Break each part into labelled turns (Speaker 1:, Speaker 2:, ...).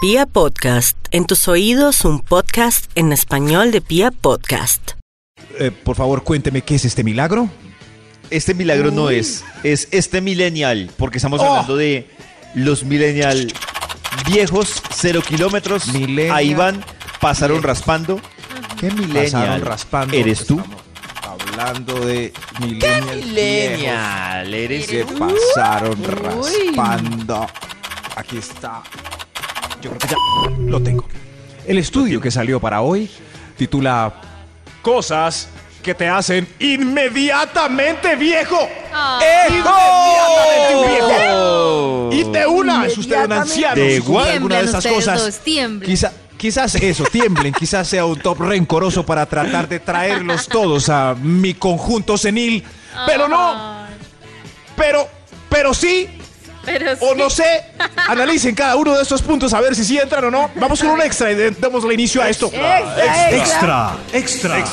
Speaker 1: Pia Podcast, en tus oídos un podcast en español de Pia Podcast.
Speaker 2: Eh, por favor, cuénteme qué es este milagro.
Speaker 3: Este milagro no es, es este millennial, porque estamos
Speaker 2: Oh.
Speaker 3: hablando de los millennial viejos, cero kilómetros.
Speaker 2: Millennial.
Speaker 3: Ahí van, pasaron raspando.
Speaker 2: ¿Qué millennial?
Speaker 3: Pasaron raspando, pues,
Speaker 2: Hablando de millennial.
Speaker 3: eres
Speaker 2: Se pasaron raspando. Aquí está. Yo creo que ya lo tengo. El estudio que salió para hoy titula Cosas que te hacen inmediatamente viejo.
Speaker 4: Ah.
Speaker 2: ¡Ejo! Y te una, es usted un anciano.
Speaker 3: De
Speaker 2: si cumple
Speaker 3: what?
Speaker 2: alguna de
Speaker 4: Tiemblen
Speaker 2: esas
Speaker 4: ustedes
Speaker 2: cosas.
Speaker 4: dos, tiemblen.
Speaker 2: Quizá- quizás eso, tiemblen, quizás sea un top rencoroso para tratar de traerlos todos a mi conjunto senil. Pero no,
Speaker 4: Ay,
Speaker 2: pero, pero sí,
Speaker 4: Pero
Speaker 2: o
Speaker 4: sí.
Speaker 2: no sé. Analicen cada uno de estos puntos a ver si sí entran o no. Vamos con un extra y de- démosle inicio a esto. Extra, extra,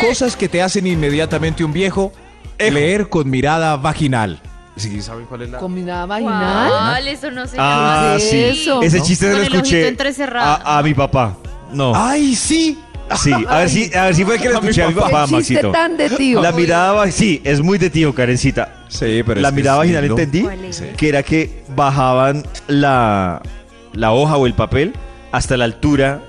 Speaker 2: Cosas que te hacen inmediatamente un viejo leer con mirada vaginal. Sí, ¿saben cuál es la?
Speaker 5: ¿Combinada vaginal?
Speaker 4: ¿Cuál? Eso no se
Speaker 3: Ah,
Speaker 4: llama
Speaker 3: sí.
Speaker 5: eso?
Speaker 3: Ese
Speaker 5: ¿No?
Speaker 3: chiste
Speaker 4: Con
Speaker 3: lo
Speaker 4: el ojito
Speaker 3: escuché
Speaker 4: entrecerrado.
Speaker 3: a, a mi papá. No.
Speaker 2: Oh. ¡Ay, sí!
Speaker 3: Sí, a ver si, a ver si fue que lo
Speaker 2: Ah. A mi
Speaker 3: escuché a mi
Speaker 2: papá.
Speaker 3: papá,
Speaker 5: Qué chiste
Speaker 3: Maxito.
Speaker 5: tan de tío.
Speaker 3: La mirada, va- sí, es muy de tío, Karencita.
Speaker 2: Sí, pero
Speaker 3: la
Speaker 2: es que
Speaker 3: mirada
Speaker 2: sí,
Speaker 3: vaginal
Speaker 2: ¿no?
Speaker 3: entendí
Speaker 4: ¿Cuál es? Sí.
Speaker 3: que era que bajaban la, la hoja o el papel hasta la altura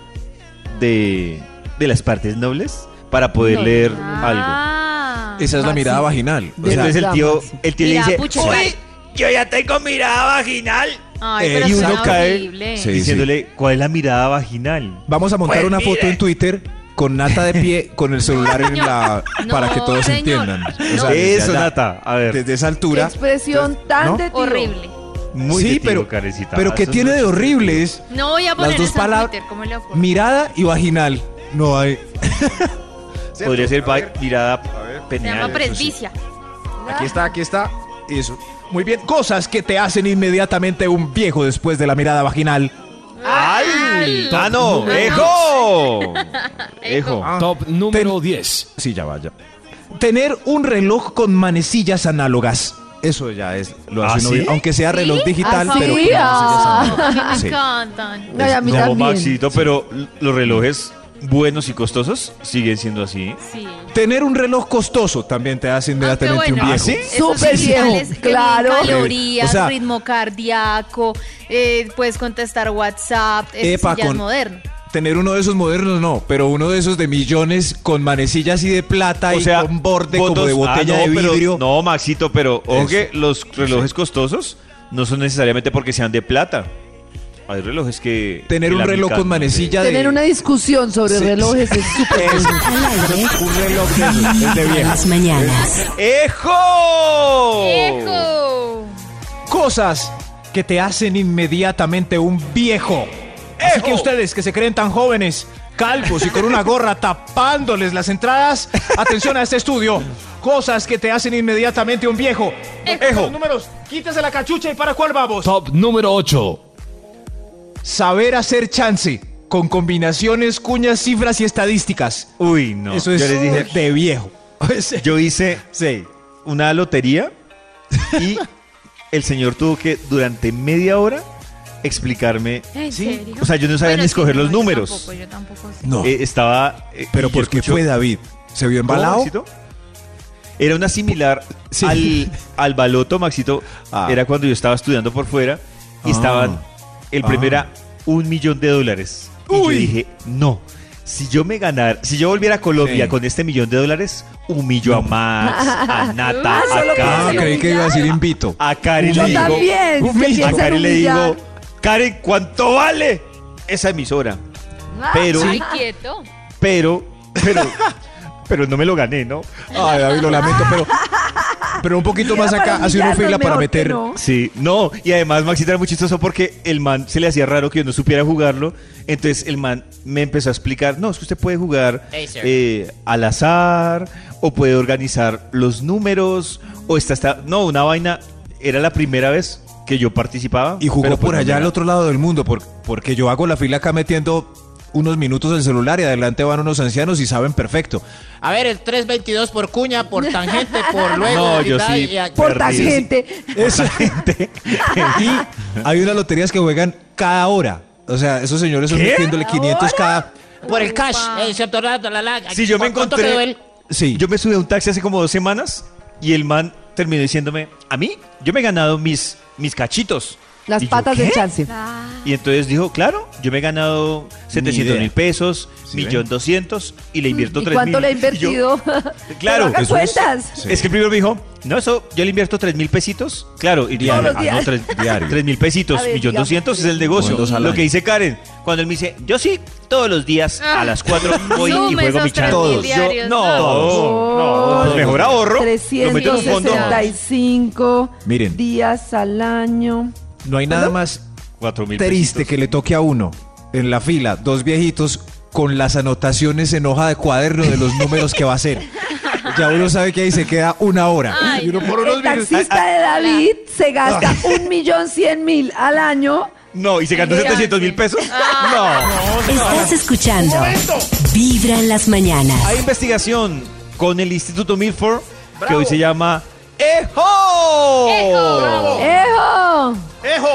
Speaker 3: de, de las partes nobles para poder leer algo.
Speaker 4: Ah.
Speaker 2: Esa es la
Speaker 5: Ah,
Speaker 2: mirada
Speaker 5: sí.
Speaker 2: vaginal. O
Speaker 5: De
Speaker 2: sea,
Speaker 3: Entonces el
Speaker 5: las
Speaker 3: tío,
Speaker 5: damas.
Speaker 3: el tío le
Speaker 4: Mira,
Speaker 3: dice,
Speaker 4: pucha,
Speaker 3: "Uy, yo ya tengo mirada vaginal.
Speaker 4: Ay,
Speaker 2: eh,
Speaker 4: pero
Speaker 2: y
Speaker 4: suena
Speaker 2: uno
Speaker 3: cae-
Speaker 4: horrible.
Speaker 2: Sí,
Speaker 3: Diciéndole, ¿cuál es la mirada vaginal?
Speaker 2: Vamos a montar
Speaker 3: Pues,
Speaker 2: una
Speaker 3: mire.
Speaker 2: foto en Twitter con Nata de pie con el celular en la
Speaker 4: No,
Speaker 2: para que todos
Speaker 4: señor.
Speaker 2: entiendan. O sea,
Speaker 4: No.
Speaker 2: desde
Speaker 3: Eso,
Speaker 2: allá,
Speaker 3: Nata. A ver.
Speaker 2: Desde esa
Speaker 5: Qué
Speaker 2: altura.
Speaker 5: expresión tan
Speaker 2: ¿no?
Speaker 5: de tío.
Speaker 4: Horrible.
Speaker 3: Muy
Speaker 2: sí,
Speaker 3: de tío,
Speaker 2: pero
Speaker 3: Karencita.
Speaker 2: pero que
Speaker 3: Eso
Speaker 2: tiene
Speaker 3: no
Speaker 2: de
Speaker 3: es-
Speaker 2: horribles
Speaker 4: No voy a poner
Speaker 2: las dos
Speaker 4: eso en
Speaker 2: palabras
Speaker 4: Twitter, ¿cómo le ocurre?
Speaker 2: mirada y vaginal. No hay.
Speaker 3: Podría ser va- mirada
Speaker 4: Se
Speaker 2: Ah,
Speaker 3: peneal. eso
Speaker 4: llama
Speaker 3: sí.
Speaker 4: presbicia.
Speaker 2: Aquí está, aquí está. Eso. Muy bien. Cosas que te hacen inmediatamente un viejo después de la mirada vaginal.
Speaker 3: ¡Ay!
Speaker 4: Top
Speaker 3: ¡Tano!
Speaker 4: número
Speaker 3: ¡Ejo! ¡Ejo!
Speaker 6: Top número 10.
Speaker 2: Sí, ya vaya. Tener un reloj con manecillas análogas. Eso ya es lo hace
Speaker 3: ¿Ah,
Speaker 2: uno
Speaker 3: sí?
Speaker 2: bien, Aunque sea reloj
Speaker 4: ¿Sí?
Speaker 2: digital,
Speaker 5: ¿Ah,
Speaker 2: pero
Speaker 5: sí?
Speaker 2: con manecillas
Speaker 5: Ah.
Speaker 2: análogas.
Speaker 4: Me
Speaker 2: Sí.
Speaker 4: encantan.
Speaker 5: No, y a mí
Speaker 3: no,
Speaker 5: también.
Speaker 3: Maxito, pero los relojes buenos y costosos siguen siendo así.
Speaker 4: Sí.
Speaker 2: Tener un reloj costoso también te hace inmediatamente
Speaker 4: Aunque
Speaker 2: un
Speaker 4: bueno,
Speaker 2: viejo.
Speaker 3: ¿Ah, sí?
Speaker 4: Esos
Speaker 5: Súper
Speaker 4: digitales
Speaker 5: viejo,
Speaker 4: que miden
Speaker 5: claro.
Speaker 4: Calorías,
Speaker 2: O sea-
Speaker 4: ritmo cardíaco, eh, puedes contestar WhatsApp, eso
Speaker 2: Epa,
Speaker 4: sí ya es
Speaker 2: con-
Speaker 4: moderno.
Speaker 2: Tener uno de esos modernos no, pero uno de esos de millones con manecillas y de plata y con borde como
Speaker 3: fotos-
Speaker 2: de botella
Speaker 3: ah, no,
Speaker 2: de
Speaker 3: pero-
Speaker 2: vidrio.
Speaker 3: no, Maxito, pero ojo
Speaker 2: Eso.
Speaker 3: que los relojes costosos no son necesariamente porque sean de plata. Hay relojes que...
Speaker 2: Tener
Speaker 3: que
Speaker 2: un
Speaker 3: la
Speaker 2: reloj
Speaker 3: mica,
Speaker 2: con
Speaker 3: no sé.
Speaker 2: manecilla de
Speaker 5: Tener una discusión sobre
Speaker 2: Sí.
Speaker 5: relojes es súper
Speaker 2: Eso. un reloj de, esos, es de
Speaker 1: A
Speaker 2: viejo.
Speaker 1: las mañanas.
Speaker 2: Oh.
Speaker 3: ¡Ejo!
Speaker 4: ¡Eco!
Speaker 2: Cosas que te hacen inmediatamente un viejo. Así que ustedes que se creen tan jóvenes, calvos y con una gorra tapándoles las entradas, atención a este estudio. Cosas que te hacen inmediatamente un viejo.
Speaker 4: Ejo.
Speaker 2: Los números, quítese la cachucha y para cuál vamos.
Speaker 6: Top número 8.
Speaker 2: Saber hacer chance con combinaciones, cuñas, cifras y estadísticas.
Speaker 3: Uy, no.
Speaker 2: Eso es
Speaker 3: Yo les dije,
Speaker 2: de viejo.
Speaker 3: Yo hice una lotería y el señor tuvo que durante media hora explicarme.
Speaker 4: ¿En serio?
Speaker 3: O sea, yo no sabía
Speaker 4: Bueno,
Speaker 3: ni
Speaker 4: es que
Speaker 3: escoger
Speaker 4: no,
Speaker 3: los
Speaker 4: yo
Speaker 3: números.
Speaker 4: tampoco, yo tampoco sé.
Speaker 2: No,
Speaker 3: Eh, estaba. eh,
Speaker 2: pero
Speaker 3: y yo
Speaker 2: ¿por qué
Speaker 3: escucho-
Speaker 2: fue David? ¿Se vio
Speaker 3: ¿Cómo,
Speaker 2: embalado?
Speaker 3: Maxito? Era una similar
Speaker 2: Sí.
Speaker 3: al, al baloto, Maxito.
Speaker 2: Ah.
Speaker 3: Era cuando yo estaba estudiando por fuera y
Speaker 2: Ah.
Speaker 3: estaban. El
Speaker 2: Ah.
Speaker 3: primero era un millón de dólares. Y yo
Speaker 2: Uy.
Speaker 3: dije, no. Si yo me ganara, si yo volviera a Colombia
Speaker 2: Sí.
Speaker 3: con este millón de dólares, humillo a Max, a Nata, a
Speaker 2: Ah,
Speaker 3: Karen,
Speaker 2: creí que iba a decir invito.
Speaker 3: a Karen
Speaker 5: Yo
Speaker 3: le digo,
Speaker 5: también, que
Speaker 3: "Humillo". a
Speaker 5: piensa en
Speaker 3: Karen le digo,
Speaker 5: humillar.
Speaker 3: Karen, ¿cuánto vale esa emisora?
Speaker 4: Ah,
Speaker 3: Pero,
Speaker 4: Ay, quieto.
Speaker 3: pero, pero, pero no me lo gané, ¿no?
Speaker 2: Ay, David, lo lamento, pero, pero un poquito más
Speaker 5: Para
Speaker 2: acá, hace una
Speaker 5: humillarnos
Speaker 2: fila para
Speaker 5: mejor que
Speaker 2: meter.
Speaker 5: no.
Speaker 3: Sí, no, y además Maxito era muy chistoso porque el man se le hacía raro que yo no supiera jugarlo, entonces el man me empezó a explicar, no, es que usted puede jugar eh, al azar, o puede organizar los números, o está, está, no, una vaina, era la primera vez que yo participaba.
Speaker 2: Y jugó
Speaker 3: pero, pues,
Speaker 2: por
Speaker 3: no me
Speaker 2: allá al
Speaker 3: ganó.
Speaker 2: otro lado del mundo, por- porque yo hago la fila acá metiendo unos minutos el celular y adelante van unos ancianos y saben perfecto.
Speaker 7: A ver, el 322 por cuña, por tangente, por luego.
Speaker 3: No, yo
Speaker 7: y tal,
Speaker 3: sí.
Speaker 7: y a-
Speaker 5: Por
Speaker 3: Perdí.
Speaker 5: tangente.
Speaker 2: Esa gente. y hay unas loterías que juegan cada hora. O sea, esos señores son
Speaker 3: ¿Qué?
Speaker 2: metiéndole 500 cada.
Speaker 7: Por el cash. Eh, se atoró la, la, la-
Speaker 3: Si yo me
Speaker 7: ¿cuánto
Speaker 3: encontré.
Speaker 7: quedó él?
Speaker 2: Sí.
Speaker 3: Yo me subí a un taxi hace como dos semanas y el man terminó diciéndome, a mí, yo me he ganado mis, mis cachitos.
Speaker 5: Las
Speaker 3: Y yo,
Speaker 5: patas
Speaker 3: ¿qué?
Speaker 5: del chance.
Speaker 3: Y entonces dijo, claro, yo me he ganado 700
Speaker 2: idea.
Speaker 3: mil pesos,
Speaker 2: Sí,
Speaker 3: millón doscientos y le invierto
Speaker 5: ¿Y
Speaker 3: tres
Speaker 5: cuánto
Speaker 3: mil.
Speaker 5: le ha
Speaker 3: Y yo,
Speaker 5: invertido?
Speaker 3: Claro,
Speaker 5: Pero haga
Speaker 2: eso es-
Speaker 5: cuentas.
Speaker 2: Sí.
Speaker 3: Es que el primero me dijo, no, eso, yo le invierto tres mil pesitos. Claro, y
Speaker 5: Todos
Speaker 3: diario.
Speaker 5: los
Speaker 3: Ah, no,
Speaker 5: días.
Speaker 3: tres,
Speaker 2: Diario.
Speaker 3: tres mil pesitos,
Speaker 5: A ver,
Speaker 3: millón
Speaker 5: digamos.
Speaker 3: doscientos es el negocio.
Speaker 2: Como dos al
Speaker 3: Lo
Speaker 2: año.
Speaker 3: que dice Karen, cuando él me dice, yo sí, todos los días a las cuatro voy y
Speaker 4: Ah. Sume
Speaker 3: juego
Speaker 4: esos
Speaker 3: mi
Speaker 4: tres
Speaker 3: chance.
Speaker 4: mil
Speaker 2: Todos.
Speaker 4: diarios.
Speaker 3: no, no,
Speaker 5: Todos.
Speaker 3: mejor ahorro. Lo meto en un fondo.
Speaker 5: 365
Speaker 2: Miren.
Speaker 5: días al año.
Speaker 2: No hay nada más
Speaker 3: Cuatro mil
Speaker 2: triste que le toque a uno en la fila dos viejitos con las anotaciones en hoja de cuaderno de los números que va a hacer. Ya uno sabe que ahí se queda una hora.
Speaker 4: Ay,
Speaker 2: Y uno por unos
Speaker 5: el
Speaker 2: minutos-
Speaker 3: Ah,
Speaker 5: taxista de David se gasta un millón cien mil al año.
Speaker 3: No, y se ganó 700 mil pesos.
Speaker 4: Ah.
Speaker 3: No.
Speaker 1: Estás escuchando Vibra en las mañanas.
Speaker 3: Hay investigación con el Instituto Milford que hoy se llama EJO.
Speaker 4: ¡Ejo!
Speaker 5: ¡Ejo!
Speaker 7: ¡Ejo!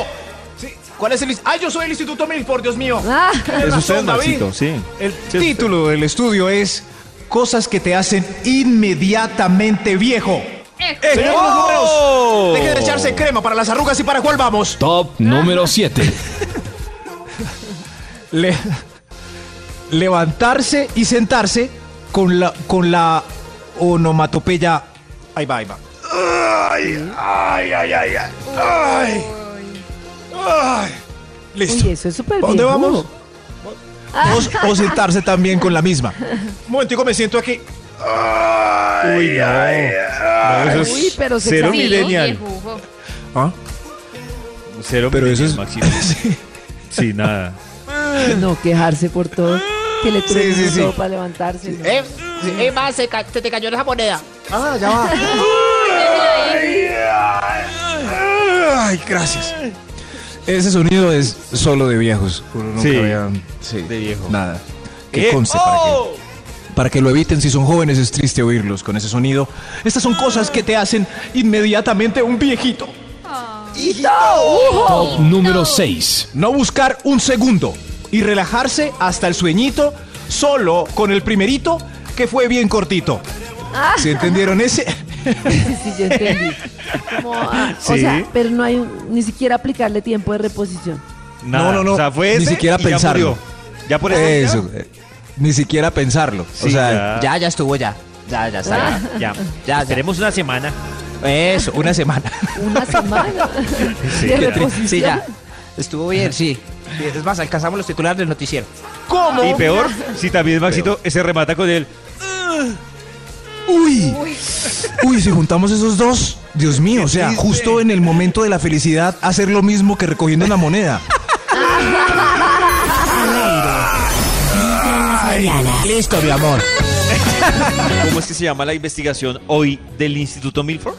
Speaker 2: Sí.
Speaker 7: ¿Cuál es el ¡Ah, yo soy el Instituto Milford, Dios mío!
Speaker 5: Ah,
Speaker 2: Es usted,
Speaker 7: razón, David.
Speaker 2: Maxito, sí. El
Speaker 3: Sí,
Speaker 2: título del estudio es Cosas que te hacen inmediatamente viejo.
Speaker 7: Señor de los
Speaker 3: ¡Oh!
Speaker 7: números, deje de echarse crema para las arrugas y para cuál vamos.
Speaker 6: Top número 7.
Speaker 2: Le- levantarse y sentarse con la, con la onomatopeya. Ahí va, ahí va.
Speaker 5: uy, eso es súper
Speaker 2: ¿A dónde
Speaker 5: viejo.
Speaker 2: vamos? O, o sentarse también con la misma. Un momentico, me siento aquí.
Speaker 3: Uy, no.
Speaker 2: Ah,
Speaker 3: No, eso es
Speaker 5: Uy, pero se
Speaker 3: cero
Speaker 5: exageró.
Speaker 3: millennial. Cero
Speaker 2: Pero eso es-
Speaker 3: millennial, Maxito. sí, nada.
Speaker 5: No, quejarse por todo. Que le truenen
Speaker 2: sí, sí.
Speaker 5: todo para levantarse. ¿no?
Speaker 7: Eh, eh, ma, se, ca- se te cayó la moneda.
Speaker 2: Ah, ya va. Ay, gracias. Ese sonido es solo de viejos. Uno nunca
Speaker 3: Sí,
Speaker 2: había- sí,
Speaker 3: de viejo.
Speaker 2: Nada. Que conste para que-
Speaker 3: ¡Oh!
Speaker 2: Para que lo eviten si son jóvenes es triste oírlos con ese sonido. Estas son cosas que te hacen inmediatamente un viejito.
Speaker 6: Top número 6.
Speaker 2: No buscar un segundo y relajarse hasta el sueñito solo con el primerito que fue bien cortito. ¿Se entendieron ese?
Speaker 5: Sí, sí, yo entendí. Como, ah, O
Speaker 3: Sí.
Speaker 5: sea, pero no hay un- ni siquiera aplicarle tiempo de reposición.
Speaker 3: Nada.
Speaker 2: No, no, no,
Speaker 3: O sea, fue
Speaker 2: ni
Speaker 3: ese
Speaker 2: siquiera
Speaker 3: y ya
Speaker 2: pensarlo.
Speaker 3: murió. Ya por eso.
Speaker 2: Eso. eh, Ni siquiera pensarlo. o sea,
Speaker 3: ya.
Speaker 7: Ya, ya estuvo, ya. Ya, ya está.
Speaker 3: Ya, ya.
Speaker 7: ya.
Speaker 3: Tenemos una semana.
Speaker 2: Ah.
Speaker 7: Eso.
Speaker 2: una semana.
Speaker 5: Una semana
Speaker 3: Sí,
Speaker 5: de
Speaker 3: claro.
Speaker 5: reposición.
Speaker 7: Sí, ya. Estuvo bien, sí. Es más, alcanzamos los titulares del noticiero.
Speaker 2: ¿Cómo?
Speaker 3: Y peor, si también Maxito se remata con él.
Speaker 2: Uy. Uy, si juntamos esos dos, Dios mío, o sea,
Speaker 3: triste.
Speaker 2: justo en el momento de la felicidad, hacer lo mismo que recogiendo una moneda.
Speaker 1: Mañanas.
Speaker 2: Listo, mi amor.
Speaker 3: ¿Cómo es que se llama la investigación hoy del Instituto Milford?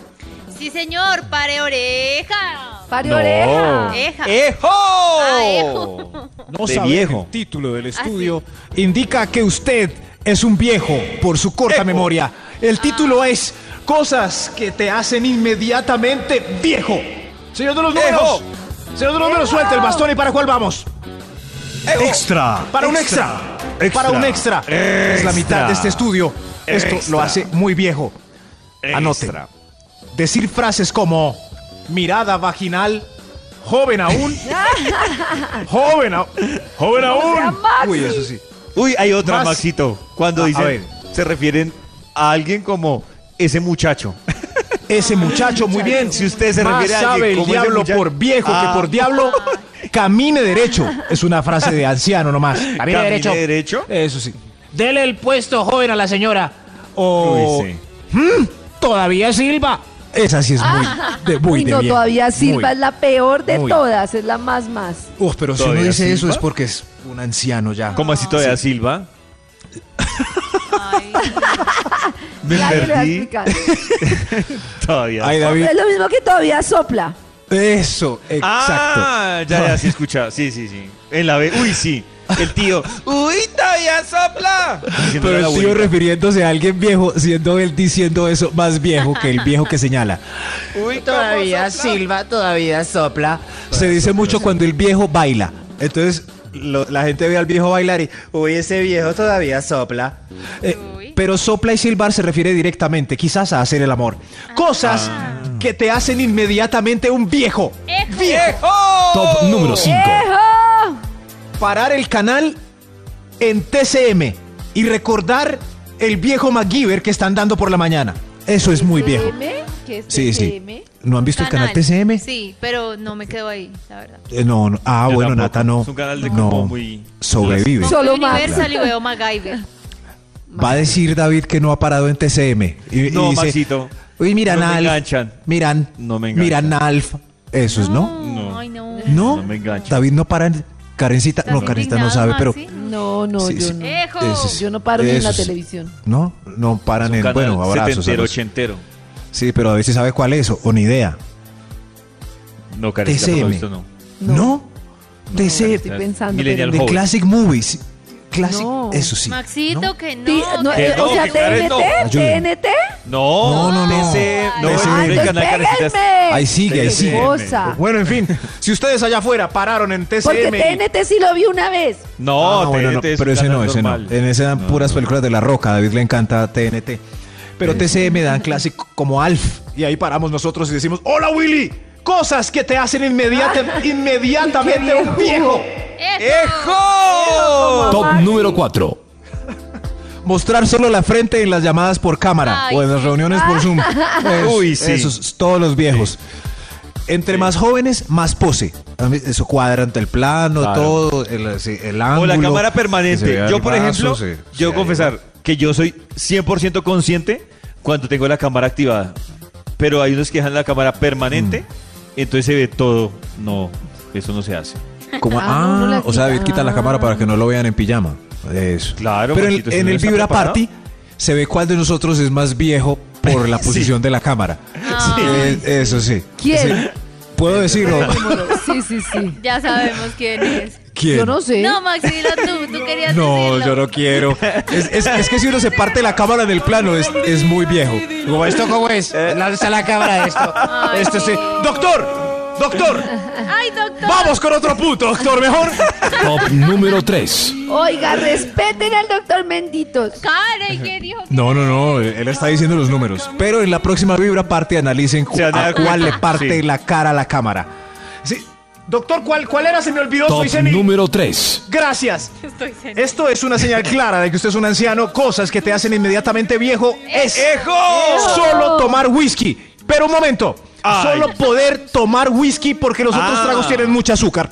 Speaker 4: Sí, señor, pare oreja.
Speaker 5: Pare oreja.
Speaker 4: Eja.
Speaker 3: ¡Ejo!
Speaker 4: Ah, ejo.
Speaker 2: No
Speaker 3: De
Speaker 2: saber
Speaker 3: viejo.
Speaker 2: El título del estudio indica que usted es un viejo por su corta
Speaker 3: Ejo.
Speaker 2: memoria. El título es Cosas que te hacen inmediatamente viejo. Señor de los números. Señor de los números, suelta el bastón y para cuál vamos.
Speaker 6: Extra.
Speaker 2: Para un extra. Para un extra. Es la mitad de este estudio. Esto lo hace muy viejo. Anote.
Speaker 3: Extra.
Speaker 2: Decir frases como mirada vaginal, joven aún, joven aún, joven aún. Uy, eso sí.
Speaker 3: Uy, hay otra,
Speaker 2: Más.
Speaker 3: Maxito. Cuando
Speaker 2: A- a
Speaker 3: dicen,
Speaker 2: ver.
Speaker 3: se refieren a alguien como ese muchacho.
Speaker 2: Ese muchacho, muy bien.
Speaker 3: Si usted se
Speaker 2: Más
Speaker 3: refiere a alguien
Speaker 2: sabe el
Speaker 3: como ese
Speaker 2: diablo
Speaker 3: muchacho.
Speaker 2: por viejo
Speaker 3: Ah.
Speaker 2: que por diablo camine derecho. Es una frase de anciano nomás.
Speaker 7: Camine derecho.
Speaker 3: derecho.
Speaker 2: Eso sí.
Speaker 7: Dele el puesto joven a la señora. ¿Mm?
Speaker 2: O
Speaker 3: Uy, sí.
Speaker 7: Todavía Silva.
Speaker 2: esa sí es muy de muy
Speaker 5: Uy,
Speaker 2: de
Speaker 5: no,
Speaker 2: viejo.
Speaker 5: todavía Silva
Speaker 2: Muy.
Speaker 5: es la peor de
Speaker 2: Muy.
Speaker 5: todas, es la más más.
Speaker 2: Uf, pero si uno
Speaker 3: ¿Todavía
Speaker 2: dice eso
Speaker 3: Silva?
Speaker 2: es porque es un anciano ya.
Speaker 3: ¿Cómo así todavía Silva?
Speaker 4: Ay,
Speaker 3: Me
Speaker 5: Nadie le va a
Speaker 3: perdí
Speaker 5: explicar.
Speaker 3: todavía.
Speaker 2: Ay, David.
Speaker 5: Es lo mismo que todavía sopla.
Speaker 2: Eso, exacto.
Speaker 3: Ah, ya, ya, sí escucha. Sí, sí, sí. En la B. Uy, sí. El tío. Uy, todavía sopla. Diciéndole
Speaker 2: Pero
Speaker 3: a la
Speaker 2: el tío
Speaker 3: abuelita.
Speaker 2: refiriéndose a alguien viejo, siendo él diciendo eso más viejo que el viejo que señala.
Speaker 7: Uy, todavía Silva, todavía sopla.
Speaker 2: Se dice mucho cuando el viejo baila. Entonces, lo- la gente ve al viejo bailar y, uy, ese viejo todavía sopla. Eh,
Speaker 4: Uy.
Speaker 2: pero sopla y silbar se refiere directamente, quizás a hacer el amor. Cosas
Speaker 6: Ah.
Speaker 2: que te hacen inmediatamente un viejo.
Speaker 4: Ejo.
Speaker 6: Top número 5.
Speaker 5: ¡Ejo!
Speaker 2: Parar el canal en TCM y recordar el viejo MacGyver que están dando por la mañana. Eso es muy viejo.
Speaker 5: ¿TCM? ¿Qué es
Speaker 2: Sí, sí.
Speaker 5: TCM?
Speaker 2: ¿No han visto el canal TCM?
Speaker 4: Sí, pero no me quedo ahí, la verdad.
Speaker 2: Eh, no, no. Ah,
Speaker 3: Yo
Speaker 2: bueno,
Speaker 3: tampoco.
Speaker 2: Nata no.
Speaker 3: Es un canal de
Speaker 2: no,
Speaker 3: como muy-
Speaker 2: Sobrevive.
Speaker 5: Solo
Speaker 4: Pongo Universal
Speaker 5: Max.
Speaker 4: y veo MacGyver.
Speaker 2: Va a decir David que no ha parado en TCM. Y, y
Speaker 3: No,
Speaker 2: dice,
Speaker 3: Maxito.
Speaker 2: Uy, miran
Speaker 3: No me
Speaker 2: Alf.
Speaker 3: enganchan.
Speaker 2: Miran.
Speaker 3: No me enganchan.
Speaker 2: Miran Alf. Eso es, ¿no?
Speaker 3: No.
Speaker 4: Ay, no.
Speaker 2: No.
Speaker 3: No me enganchan.
Speaker 2: David no para en. Karencita,
Speaker 4: ¿Estás
Speaker 2: no, Karencita no
Speaker 4: indignado,
Speaker 2: sabe, pero.
Speaker 4: Maxi?
Speaker 5: No, no,
Speaker 2: Sí,
Speaker 5: yo
Speaker 2: sí.
Speaker 5: no.
Speaker 4: Ejo.
Speaker 2: Ese es-
Speaker 5: ah, Yo no paro ni en la
Speaker 2: eso es-
Speaker 5: televisión.
Speaker 2: No, no paran
Speaker 3: Un
Speaker 2: en.
Speaker 3: canal
Speaker 2: Bueno, abrazos.
Speaker 3: setentero,
Speaker 2: abrazos.
Speaker 3: ochentero.
Speaker 2: Sí, pero a veces sabe cuál es o, o ni idea.
Speaker 3: No, Karencita, por
Speaker 2: TCM.
Speaker 3: lo visto, no.
Speaker 2: ¿No? TCM.
Speaker 5: Estoy pensando.
Speaker 3: Millennial
Speaker 5: pero-
Speaker 2: de
Speaker 3: Hall.
Speaker 2: Classic Movies. Classic.
Speaker 5: No.
Speaker 2: Eso sí.
Speaker 4: Maxito,
Speaker 2: ¿no?
Speaker 4: que no.
Speaker 5: Ti- no,
Speaker 4: que-
Speaker 5: eh,
Speaker 3: no,
Speaker 5: o sea,
Speaker 3: que Karen no.
Speaker 5: TNT,
Speaker 2: Ayúdenme.
Speaker 5: TNT.
Speaker 3: No,
Speaker 2: No, no, Ah, no.
Speaker 3: TCM, no,
Speaker 2: TCM.
Speaker 3: el
Speaker 5: Ay,
Speaker 3: canal
Speaker 2: este
Speaker 3: Karencita es-
Speaker 5: péguenme.
Speaker 2: Ahí sigue, ahí
Speaker 5: Qué
Speaker 2: sigue.
Speaker 5: cosa.
Speaker 2: Bueno, pues, en fin, si ustedes allá afuera pararon en TCM.
Speaker 5: Porque
Speaker 2: y-
Speaker 5: TNT sí lo vi una vez.
Speaker 3: No,
Speaker 2: Ah, bueno, no,
Speaker 3: TNT es
Speaker 2: pero
Speaker 3: un
Speaker 2: ese no,
Speaker 3: canal
Speaker 2: ese no.
Speaker 3: normal.
Speaker 2: En ese dan puras películas de La Roca. A David le encanta TNT. Pero TCM dan clásico como Alf. Y ahí paramos nosotros y decimos, ¡Hola, Willy! Cosas que te hacen inmediata- inmediatamente un viejo.
Speaker 3: ¡Ejo!
Speaker 6: Top número 4.
Speaker 2: Mostrar solo la frente en las llamadas por cámara
Speaker 4: Ay,
Speaker 2: o en las
Speaker 4: sí. Ah.
Speaker 2: reuniones por Zoom. Es-
Speaker 3: Uy, sí.
Speaker 2: Esos, todos los viejos. Entre más jóvenes, más pose. A mí Eso cuadra ante el plano,
Speaker 3: Claro.
Speaker 2: todo, el, sí, el ángulo.
Speaker 3: O la cámara
Speaker 2: Ah, que se
Speaker 3: permanente.
Speaker 2: vea
Speaker 3: Yo,
Speaker 2: el
Speaker 3: por
Speaker 2: brazo,
Speaker 3: ejemplo,
Speaker 2: sí, sí,
Speaker 3: yo
Speaker 2: ahí.
Speaker 3: confesar que yo soy 100% consciente cuando tengo la cámara activada. Pero hay unos que dejan la cámara permanente,
Speaker 2: Mm.
Speaker 3: entonces se ve todo. No, eso no se hace.
Speaker 2: Como,
Speaker 5: Ah, no
Speaker 2: ah,
Speaker 5: la
Speaker 2: o sea, David
Speaker 5: quita.
Speaker 2: quita la cámara para que no lo vean en pijama. Eso.
Speaker 3: Claro,
Speaker 2: Pero en-
Speaker 3: Maxito, si
Speaker 2: en,
Speaker 3: uno
Speaker 2: el
Speaker 3: está
Speaker 2: Vibra
Speaker 3: preparado.
Speaker 2: Party se ve cuál de nosotros es más viejo por la
Speaker 3: Sí.
Speaker 2: posición de la cámara. Eh, eso sí.
Speaker 5: Ah. ¿Quién?
Speaker 2: Sí. Puedo decirlo.
Speaker 5: eh, Sí, sí, sí.
Speaker 4: Ya sabemos quién es.
Speaker 2: ¿Quién?
Speaker 5: Yo no sé.
Speaker 4: No, Maxi, dilo tú. Tú querías
Speaker 2: No,
Speaker 4: decirlo.
Speaker 2: yo no quiero. Es, es- es que si uno se parte la cámara del plano, es, es muy viejo.
Speaker 7: Como esto, como es.
Speaker 2: Eh.
Speaker 7: Lanza la cámara esto.
Speaker 2: Esto sí. ¡Doctor! ¡Doctor!
Speaker 4: Ay, doctor.
Speaker 2: ¡Vamos con otro punto, doctor! ¡Mejor!
Speaker 6: Top número 3.
Speaker 5: Oiga, respeten al doctor Menditos.
Speaker 4: Karen, ¿qué dijo?
Speaker 2: No, no, no, él está diciendo los números. Pero en la próxima Vibra parte analicen cu-
Speaker 3: Se van a
Speaker 2: a
Speaker 3: dar
Speaker 2: cuál
Speaker 3: cuenta.
Speaker 2: le parte
Speaker 3: Sí.
Speaker 2: la cara a la cámara. Sí. Doctor, ¿cuál, ¿cuál era? Se me olvidó,
Speaker 6: Top
Speaker 2: soy senil.
Speaker 6: número 3.
Speaker 2: Gracias.
Speaker 4: Estoy cenando.
Speaker 2: Esto es una señal clara de que usted es un anciano. Cosas que te hacen inmediatamente viejo es solo tomar whisky. Pero un momento,
Speaker 3: Ay.
Speaker 2: solo poder tomar whisky porque los otros
Speaker 3: Ah.
Speaker 2: tragos tienen mucha azúcar.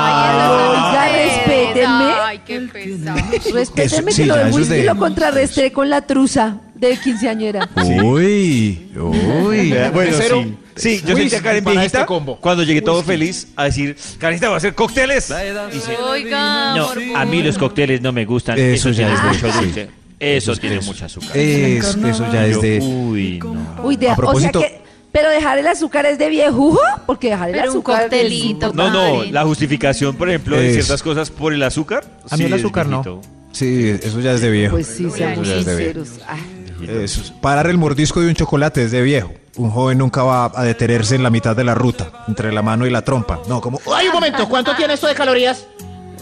Speaker 5: Oiga,
Speaker 4: Ay,
Speaker 5: respétenme.
Speaker 4: Ay, qué pesado.
Speaker 5: Respétenme
Speaker 2: Eso-
Speaker 5: que
Speaker 2: sí,
Speaker 5: lo
Speaker 2: ya,
Speaker 5: del
Speaker 2: eso es
Speaker 5: whisky
Speaker 2: de-
Speaker 5: lo contrarresté con la truza de quinceañera.
Speaker 2: Uy, uy.
Speaker 3: Eh, Bueno, sí. Sí, yo sentí
Speaker 2: Whisky
Speaker 3: a Karen
Speaker 2: para
Speaker 3: viejita
Speaker 2: este combo.
Speaker 3: cuando llegué todo feliz a decir, Karencita, ¿va a hacer cócteles? Dice,
Speaker 4: Oiga,
Speaker 3: no,
Speaker 4: por
Speaker 3: a mí
Speaker 4: favor.
Speaker 3: los cócteles no me gustan.
Speaker 2: Eso
Speaker 3: Eso,
Speaker 2: ya
Speaker 3: ya es
Speaker 2: es
Speaker 3: mucho
Speaker 2: de-
Speaker 3: dulce. Eso tiene mucha azúcar.
Speaker 2: Es- eso ya es
Speaker 3: Yo,
Speaker 2: de...
Speaker 3: Uy, no.
Speaker 5: Uy, de,
Speaker 2: A
Speaker 5: o sea
Speaker 2: propósito-
Speaker 5: que, pero dejar el azúcar es de viejujo, porque dejar el
Speaker 4: Pero un
Speaker 5: azúcar es-
Speaker 4: coctelito.
Speaker 3: No, no,
Speaker 4: Ay.
Speaker 3: la justificación, por ejemplo, de
Speaker 2: Es-
Speaker 3: ciertas cosas por el azúcar.
Speaker 2: A mí
Speaker 3: sí
Speaker 2: el
Speaker 3: es
Speaker 2: azúcar no.
Speaker 3: viejito.
Speaker 2: Sí, eso ya es de viejo.
Speaker 5: Pues sí, seamos
Speaker 2: ya es de viejo.
Speaker 5: sinceros. Ay,
Speaker 2: Eso es- Parar el mordisco de un chocolate es de viejo. Un joven nunca va a detenerse en la mitad de la ruta, entre la mano y la trompa. No, como...
Speaker 7: Ay, un momento. ¿Cuánto tiene esto de calorías?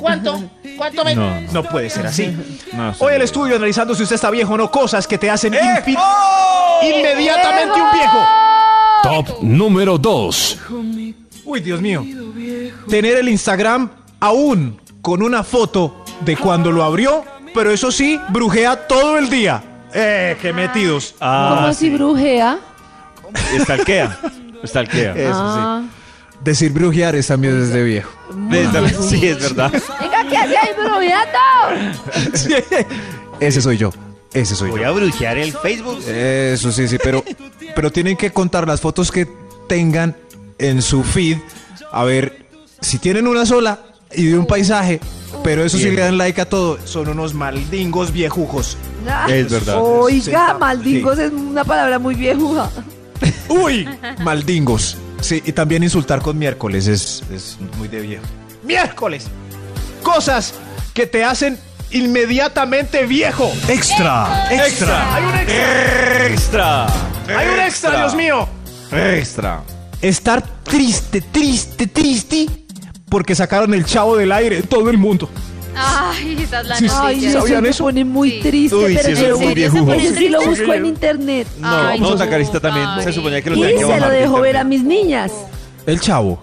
Speaker 7: ¿Cuánto? ¿Cuánto me.?
Speaker 3: No, no.
Speaker 2: No puede ser así.
Speaker 3: No, sí.
Speaker 2: Hoy el estudio analizando si usted está viejo o no, cosas que te hacen impi- inmediatamente un viejo.
Speaker 6: Top número 2.
Speaker 2: Uy, Dios mío. Tener el Instagram aún con una foto de cuando lo abrió, pero eso sí, brujea todo el día. Eh, qué metidos.
Speaker 5: ¿Cómo
Speaker 3: Ah,
Speaker 5: si brujea?
Speaker 3: estalquea. Estalquea.
Speaker 2: Eh,
Speaker 5: Ah.
Speaker 2: Decir brujear es también desde viejo.
Speaker 3: Estal- Sí, es verdad.
Speaker 5: Venga, ¿qué hace ahí brujeando?
Speaker 2: Ese soy yo. Ese soy yo.
Speaker 3: brujear el Facebook.
Speaker 2: Eso sí, sí, pero, pero tienen que contar las fotos que tengan en su feed. A ver, si tienen una sola y de un paisaje, pero eso sí le dan like a todo, son unos maldingos viejujos.
Speaker 3: Es verdad.
Speaker 5: Oiga,
Speaker 2: Sí.
Speaker 5: maldingos es una palabra muy viejuja.
Speaker 2: ¡Uy! Maldingos. Sí, y también insultar con miércoles es, es muy de viejo. ¡Miércoles! Cosas que te hacen inmediatamente viejo.
Speaker 6: Extra.
Speaker 2: ¡Hay un extra!
Speaker 3: Extra.
Speaker 2: ¡Hay un extra, Dios mío!
Speaker 3: Extra.
Speaker 2: Estar triste, triste, triste porque sacaron el chavo del aire todo el mundo.
Speaker 4: Ay, esa es la
Speaker 2: Sí, sí,
Speaker 5: Ay,
Speaker 4: noticia.
Speaker 2: sí,
Speaker 5: eso
Speaker 2: ¿sabían
Speaker 5: me
Speaker 2: eso?
Speaker 5: pone muy
Speaker 4: Sí.
Speaker 5: triste.
Speaker 3: Uy, sí,
Speaker 5: pero
Speaker 3: eso
Speaker 5: yo-
Speaker 3: es
Speaker 4: muy
Speaker 5: yo
Speaker 4: viejuno.
Speaker 5: sí
Speaker 4: triste,
Speaker 5: lo
Speaker 4: sí,
Speaker 5: busco en
Speaker 3: señor.
Speaker 5: internet.
Speaker 3: No,
Speaker 4: Ay,
Speaker 3: no,
Speaker 4: no,
Speaker 3: Zacarista también. Se
Speaker 4: Mari.
Speaker 3: suponía que lo
Speaker 5: Y
Speaker 3: tenía que
Speaker 5: se lo
Speaker 3: bajar de
Speaker 5: dejo ver a
Speaker 3: internet.
Speaker 5: mis niñas.
Speaker 2: El chavo.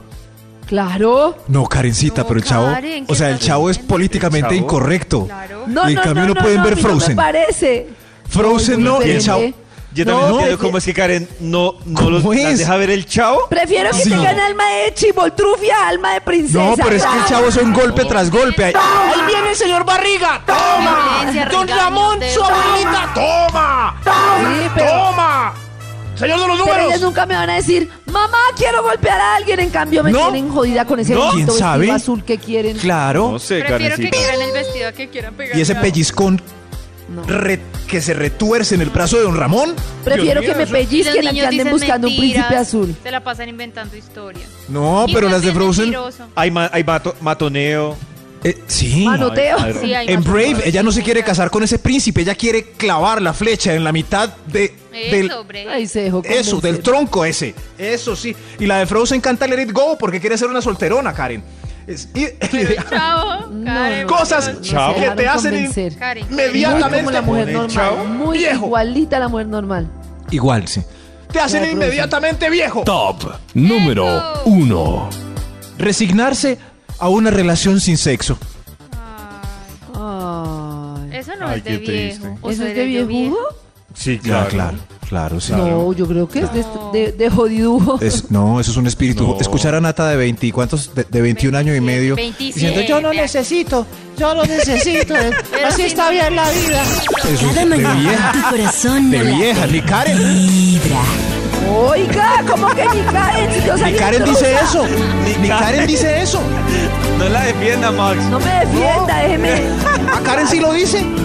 Speaker 5: Claro.
Speaker 2: No, Karencita,
Speaker 4: No,
Speaker 2: pero el chavo.
Speaker 4: Karen, ¿qué
Speaker 2: o sea, el
Speaker 4: estás
Speaker 2: chavo es
Speaker 4: diciendo?
Speaker 2: políticamente
Speaker 3: El chavo.
Speaker 2: incorrecto.
Speaker 4: Claro.
Speaker 5: No,
Speaker 2: Y en
Speaker 5: no,
Speaker 2: cambio
Speaker 5: no,
Speaker 2: no pueden
Speaker 5: no,
Speaker 2: ver
Speaker 5: a mí no
Speaker 2: Frozen.
Speaker 5: me parece.
Speaker 2: Frozen
Speaker 5: Muy
Speaker 2: no, y el
Speaker 5: diferente.
Speaker 2: chavo.
Speaker 3: Yo también
Speaker 2: No,
Speaker 3: entiendo
Speaker 2: es que-
Speaker 3: cómo es que Karen no, no
Speaker 2: ¿Cómo
Speaker 3: los las
Speaker 2: es?
Speaker 3: deja ver el chao.
Speaker 5: Prefiero que
Speaker 2: Sí.
Speaker 5: tengan alma de chivoltrufia, alma de princesa.
Speaker 2: No, pero es que el chavo son golpe tras golpe. Ay,
Speaker 7: ¡Ahí viene el señor Barriga! ¡Toma!
Speaker 4: Violencia,
Speaker 7: ¡Don
Speaker 4: regaños,
Speaker 7: Ramón,
Speaker 4: de-
Speaker 7: su abuelita! ¡Toma!
Speaker 5: Sí, pero,
Speaker 7: ¡Toma! ¡Señor de los
Speaker 5: pero ellas
Speaker 7: números!
Speaker 5: nunca me van a decir, mamá, quiero golpear a alguien. En cambio, me
Speaker 2: No.
Speaker 5: tienen jodida con ese
Speaker 2: ¿No?
Speaker 5: bonito
Speaker 2: ¿Quién
Speaker 5: vestido
Speaker 2: sabe?
Speaker 5: azul que quieren.
Speaker 2: Claro.
Speaker 3: No sé,
Speaker 4: Prefiero que
Speaker 3: Karencita.
Speaker 4: quieran el vestido a que quieran pegar.
Speaker 2: Y ese pellizcón re- que se retuerce en el brazo de don Ramón.
Speaker 5: Prefiero que me pellizquen a que anden buscando un príncipe azul.
Speaker 4: Se la pasan inventando historias.
Speaker 2: No,
Speaker 4: Y
Speaker 2: pero las de
Speaker 4: también
Speaker 2: Frozen.
Speaker 4: mentiroso.
Speaker 3: Hay, ma- hay mato- matoneo.
Speaker 2: eh, sí.
Speaker 5: Manoteo.
Speaker 3: Ay,
Speaker 4: Sí, Ah, hay
Speaker 2: En
Speaker 4: más
Speaker 2: Brave,
Speaker 4: cosas.
Speaker 2: ella no se quiere casar con ese príncipe, ella quiere clavar la flecha en la mitad de, del,
Speaker 4: Eso, Brave.
Speaker 5: Ahí se dejó
Speaker 2: eso, del
Speaker 5: convencer.
Speaker 2: tronco ese. Eso sí. Y la de Frozen canta Let It Go porque quiere ser una solterona, Karen. Es- y-
Speaker 4: Chao,
Speaker 5: No,
Speaker 4: Karen.
Speaker 5: no,
Speaker 2: cosas
Speaker 4: Dios.
Speaker 3: Chao.
Speaker 5: se
Speaker 2: que te
Speaker 5: dejaron
Speaker 2: hacen
Speaker 5: convencer.
Speaker 4: Karen.
Speaker 5: Muy
Speaker 2: inmediatamente.
Speaker 5: como la mujer
Speaker 3: Ponen
Speaker 5: normal.
Speaker 3: chao,
Speaker 5: muy
Speaker 2: viejo.
Speaker 5: igualita a la mujer normal.
Speaker 2: Igual, sí. Te hacen
Speaker 5: La de Frozen.
Speaker 2: inmediatamente viejo.
Speaker 6: Top número
Speaker 4: Eso.
Speaker 6: 1.
Speaker 2: Resignarse a una relación sin sexo.
Speaker 4: Ay,
Speaker 5: Ay.
Speaker 4: Eso no
Speaker 3: Ay,
Speaker 4: es de
Speaker 3: qué triste.
Speaker 4: viejo. o
Speaker 5: ¿Eso
Speaker 4: soy
Speaker 5: es de
Speaker 4: yo
Speaker 5: viejugo?
Speaker 3: Sí,
Speaker 2: Ah, claro, sí.
Speaker 5: No, yo creo que es de, de, de jodidujo.
Speaker 2: Es- no, eso es un espíritu.
Speaker 3: No.
Speaker 2: Escuchar a Nata de 20, ¿cuántos? De, de 21 años y medio.
Speaker 4: 27.
Speaker 2: diciendo, yo no
Speaker 4: vea.
Speaker 7: necesito, yo no necesito.
Speaker 4: Eh, Pero si no-
Speaker 7: vida.
Speaker 2: Eso es
Speaker 1: Cada
Speaker 2: de
Speaker 1: mañana tu
Speaker 2: vieja.
Speaker 1: corazón
Speaker 2: De
Speaker 1: late.
Speaker 2: vieja, ni Karen.
Speaker 1: Vibra.
Speaker 5: Oiga, ¿cómo que mi Karen? Si yo
Speaker 2: Ni
Speaker 5: salí
Speaker 2: Karen
Speaker 5: intrusa.
Speaker 2: dice eso. Ni Karen dice eso.
Speaker 3: No la defienda, Max.
Speaker 5: No me defienda, déjeme.
Speaker 2: A Karen sí lo dice.